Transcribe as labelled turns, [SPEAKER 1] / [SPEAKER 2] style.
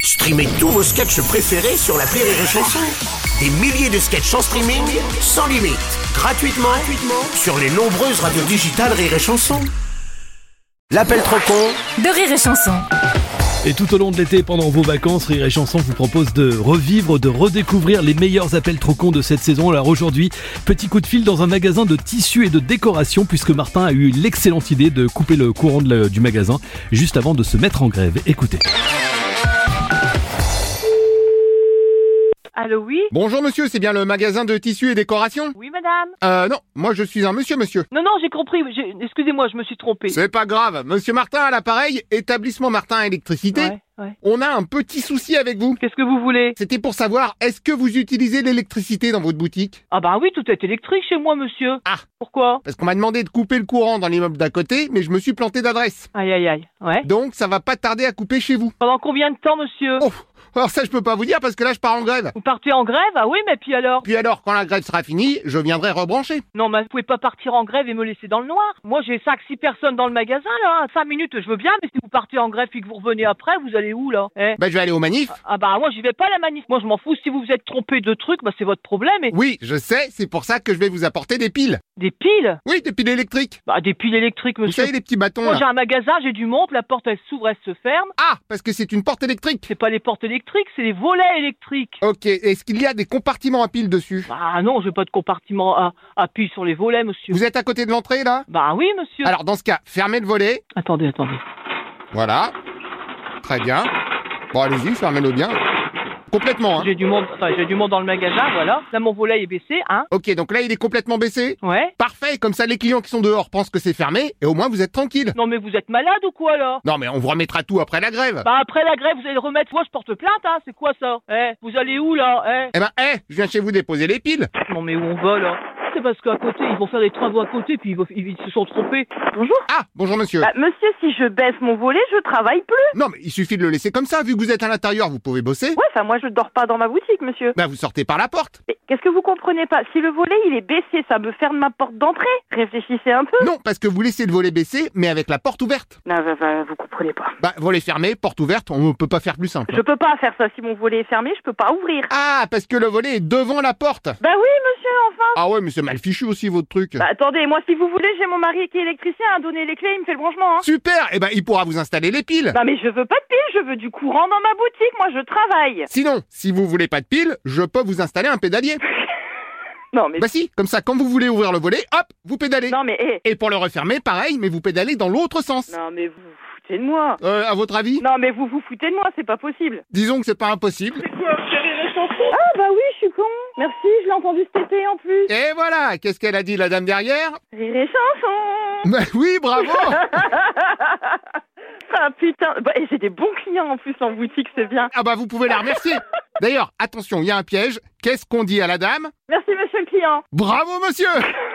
[SPEAKER 1] Streamez tous vos sketchs préférés sur la Rire et Chanson. Des milliers de sketchs en streaming, sans limite, gratuitement, gratuitement sur les nombreuses radios digitales Rire et Chanson. L'appel trop con
[SPEAKER 2] de rire et chanson.
[SPEAKER 3] Et tout au long de l'été, pendant vos vacances, Rire et Chanson vous propose de revivre, de redécouvrir les meilleurs appels trop cons de cette saison. Alors aujourd'hui, petit coup de fil dans un magasin de tissus et de décoration, puisque Martin a eu l'excellente idée de couper le courant de le- du magasin juste avant de se mettre en grève. Écoutez.
[SPEAKER 4] Allô, oui
[SPEAKER 5] Bonjour monsieur, c'est bien le magasin de tissus et décorations
[SPEAKER 4] Oui, madame
[SPEAKER 5] Euh non, moi je suis un monsieur monsieur.
[SPEAKER 4] Non, non, j'ai compris. j'ai- Excusez-moi, je me suis trompée.
[SPEAKER 5] C'est pas grave, monsieur Martin à l'appareil, établissement Martin électricité.
[SPEAKER 4] Ouais, ouais.
[SPEAKER 5] On a un petit souci avec vous.
[SPEAKER 4] Qu'est-ce que vous voulez
[SPEAKER 5] C'était pour savoir est-ce que vous utilisez l'électricité dans votre boutique
[SPEAKER 4] Ah bah oui, tout est électrique chez moi, monsieur.
[SPEAKER 5] Ah.
[SPEAKER 4] Pourquoi
[SPEAKER 5] Parce qu'on m'a demandé de couper le courant dans l'immeuble d'à côté, mais je me suis planté d'adresse.
[SPEAKER 4] Aïe, aïe, aïe. Ouais.
[SPEAKER 5] Donc ça va pas tarder à couper chez vous.
[SPEAKER 4] Pendant combien de temps, monsieur
[SPEAKER 5] Oh, alors ça je peux pas vous dire parce que là je pars en grève.
[SPEAKER 4] Vous partez en grève Ah oui, mais puis alors
[SPEAKER 5] Puis alors quand la grève sera finie, je viendrai rebrancher.
[SPEAKER 4] Non, mais vous pouvez pas partir en grève et me laisser dans le noir. Moi, j'ai 5-6 personnes dans le magasin, là. 5 minutes, je veux bien, mais si vous partez en grève puis que vous revenez après, vous allez où, là Eh
[SPEAKER 5] Bah je vais aller au manif.
[SPEAKER 4] Ah bah moi, j'y vais pas à la manif. Moi, je m'en fous. Si vous vous êtes trompé de truc, bah c'est votre problème. Et...
[SPEAKER 5] Oui, je sais, c'est pour ça que je vais vous apporter des piles.
[SPEAKER 4] Des piles
[SPEAKER 5] Oui, des piles électriques.
[SPEAKER 4] Bah des piles électriques,
[SPEAKER 5] Vous
[SPEAKER 4] monsieur.
[SPEAKER 5] savez les petits bâtons
[SPEAKER 4] Moi,
[SPEAKER 5] là.
[SPEAKER 4] j'ai un magasin, j'ai du monde, la porte, elle s'ouvre, elle se ferme.
[SPEAKER 5] Ah, parce que c'est une porte électrique.
[SPEAKER 4] C'est pas les portes électriques, c'est les volets électriques.
[SPEAKER 5] Ok, est-ce qu'il y a des compartiments à piles dessus
[SPEAKER 4] Bah non, j'ai pas de compartiment à, à pile sur les volets, monsieur.
[SPEAKER 5] Vous êtes à côté de l'entrée là
[SPEAKER 4] Bah oui, monsieur.
[SPEAKER 5] Alors dans ce cas, fermez le volet.
[SPEAKER 4] Attendez, attendez.
[SPEAKER 5] Voilà. Très bien. Bon, allez-y, fermez-le bien. Complètement, hein.
[SPEAKER 4] J'ai du monde, enfin, j'ai du monde dans le magasin, voilà. Là, mon volet est baissé, hein.
[SPEAKER 5] Ok, donc là, il est complètement baissé.
[SPEAKER 4] Ouais.
[SPEAKER 5] Parfait, comme ça, les clients qui sont dehors pensent que c'est fermé, et au moins, vous êtes tranquille.
[SPEAKER 4] Non, mais vous êtes malade ou quoi, là
[SPEAKER 5] Non, mais on vous remettra tout après la grève.
[SPEAKER 4] Bah après la grève, vous allez le remettre. Moi, je porte plainte, hein. C'est quoi ça Eh, vous allez où, là
[SPEAKER 5] Eh ben, eh, je viens chez vous déposer les piles.
[SPEAKER 4] Eh. Non, mais où on va, là C'est parce qu'à côté, ils vont faire des travaux à côté, puis ils, vont- ils se sont trompés. Bonjour.
[SPEAKER 5] Ah, bonjour monsieur.
[SPEAKER 6] Bah, monsieur, si je baisse mon volet, je travaille plus.
[SPEAKER 5] Non, mais il suffit de le laisser comme ça, vu que vous êtes à l'intérieur, vous pouvez bosser.
[SPEAKER 6] Ouais, enfin, moi, je dors pas dans ma boutique, monsieur.
[SPEAKER 5] Ben, vous sortez par la porte.
[SPEAKER 6] Mais qu'est-ce que vous comprenez pas Si le volet, il est baissé, ça me ferme ma porte d'entrée. Réfléchissez un peu.
[SPEAKER 5] Non, parce que vous laissez le volet baissé, mais avec la porte ouverte.
[SPEAKER 6] Non, bah, bah, vous comprenez pas.
[SPEAKER 5] Bah, volet fermé, porte ouverte, on ne peut pas faire plus simple.
[SPEAKER 6] Je peux pas faire ça. Si mon volet est fermé, je peux pas ouvrir.
[SPEAKER 5] Ah, parce que le volet est devant la porte
[SPEAKER 6] Bah oui, monsieur, enfin.
[SPEAKER 5] Ah ouais, mais c'est mal fichu aussi votre truc.
[SPEAKER 6] Bah attendez, moi, si vous voulez, j'ai mon mari qui est électricien à donner les clés, il me fait le branchement, hein.
[SPEAKER 5] Super Eh ben, il pourra vous installer les piles
[SPEAKER 6] Non, mais je veux pas de pile, je veux du courant dans ma boutique. Moi, je travaille.
[SPEAKER 5] Sinon, si vous voulez pas de piles, je peux vous installer un pédalier.
[SPEAKER 6] Non, mais.
[SPEAKER 5] Bah si, comme ça, quand vous voulez ouvrir le volet, hop, vous pédalez.
[SPEAKER 6] Non, mais, eh.
[SPEAKER 5] Et pour le refermer, pareil, mais vous pédalez dans l'autre sens.
[SPEAKER 6] Non, mais vous vous foutez de moi.
[SPEAKER 5] Euh, à votre avis
[SPEAKER 6] Non, mais vous vous foutez de moi, c'est pas possible.
[SPEAKER 5] Disons que c'est pas impossible.
[SPEAKER 6] Ah, bah oui, je suis con. Merci, je l'ai entendu cet été en plus.
[SPEAKER 5] Et voilà Qu'est-ce qu'elle a dit, la dame derrière
[SPEAKER 6] Rire et chanson
[SPEAKER 5] Bah oui, bravo
[SPEAKER 6] Ah putain bah, Et j'ai des bons clients en plus en boutique, c'est bien.
[SPEAKER 5] Ah bah, vous pouvez la remercier D'ailleurs, attention, il y a un piège. Qu'est-ce qu'on dit à la dame
[SPEAKER 6] Merci monsieur le client
[SPEAKER 5] Bravo, monsieur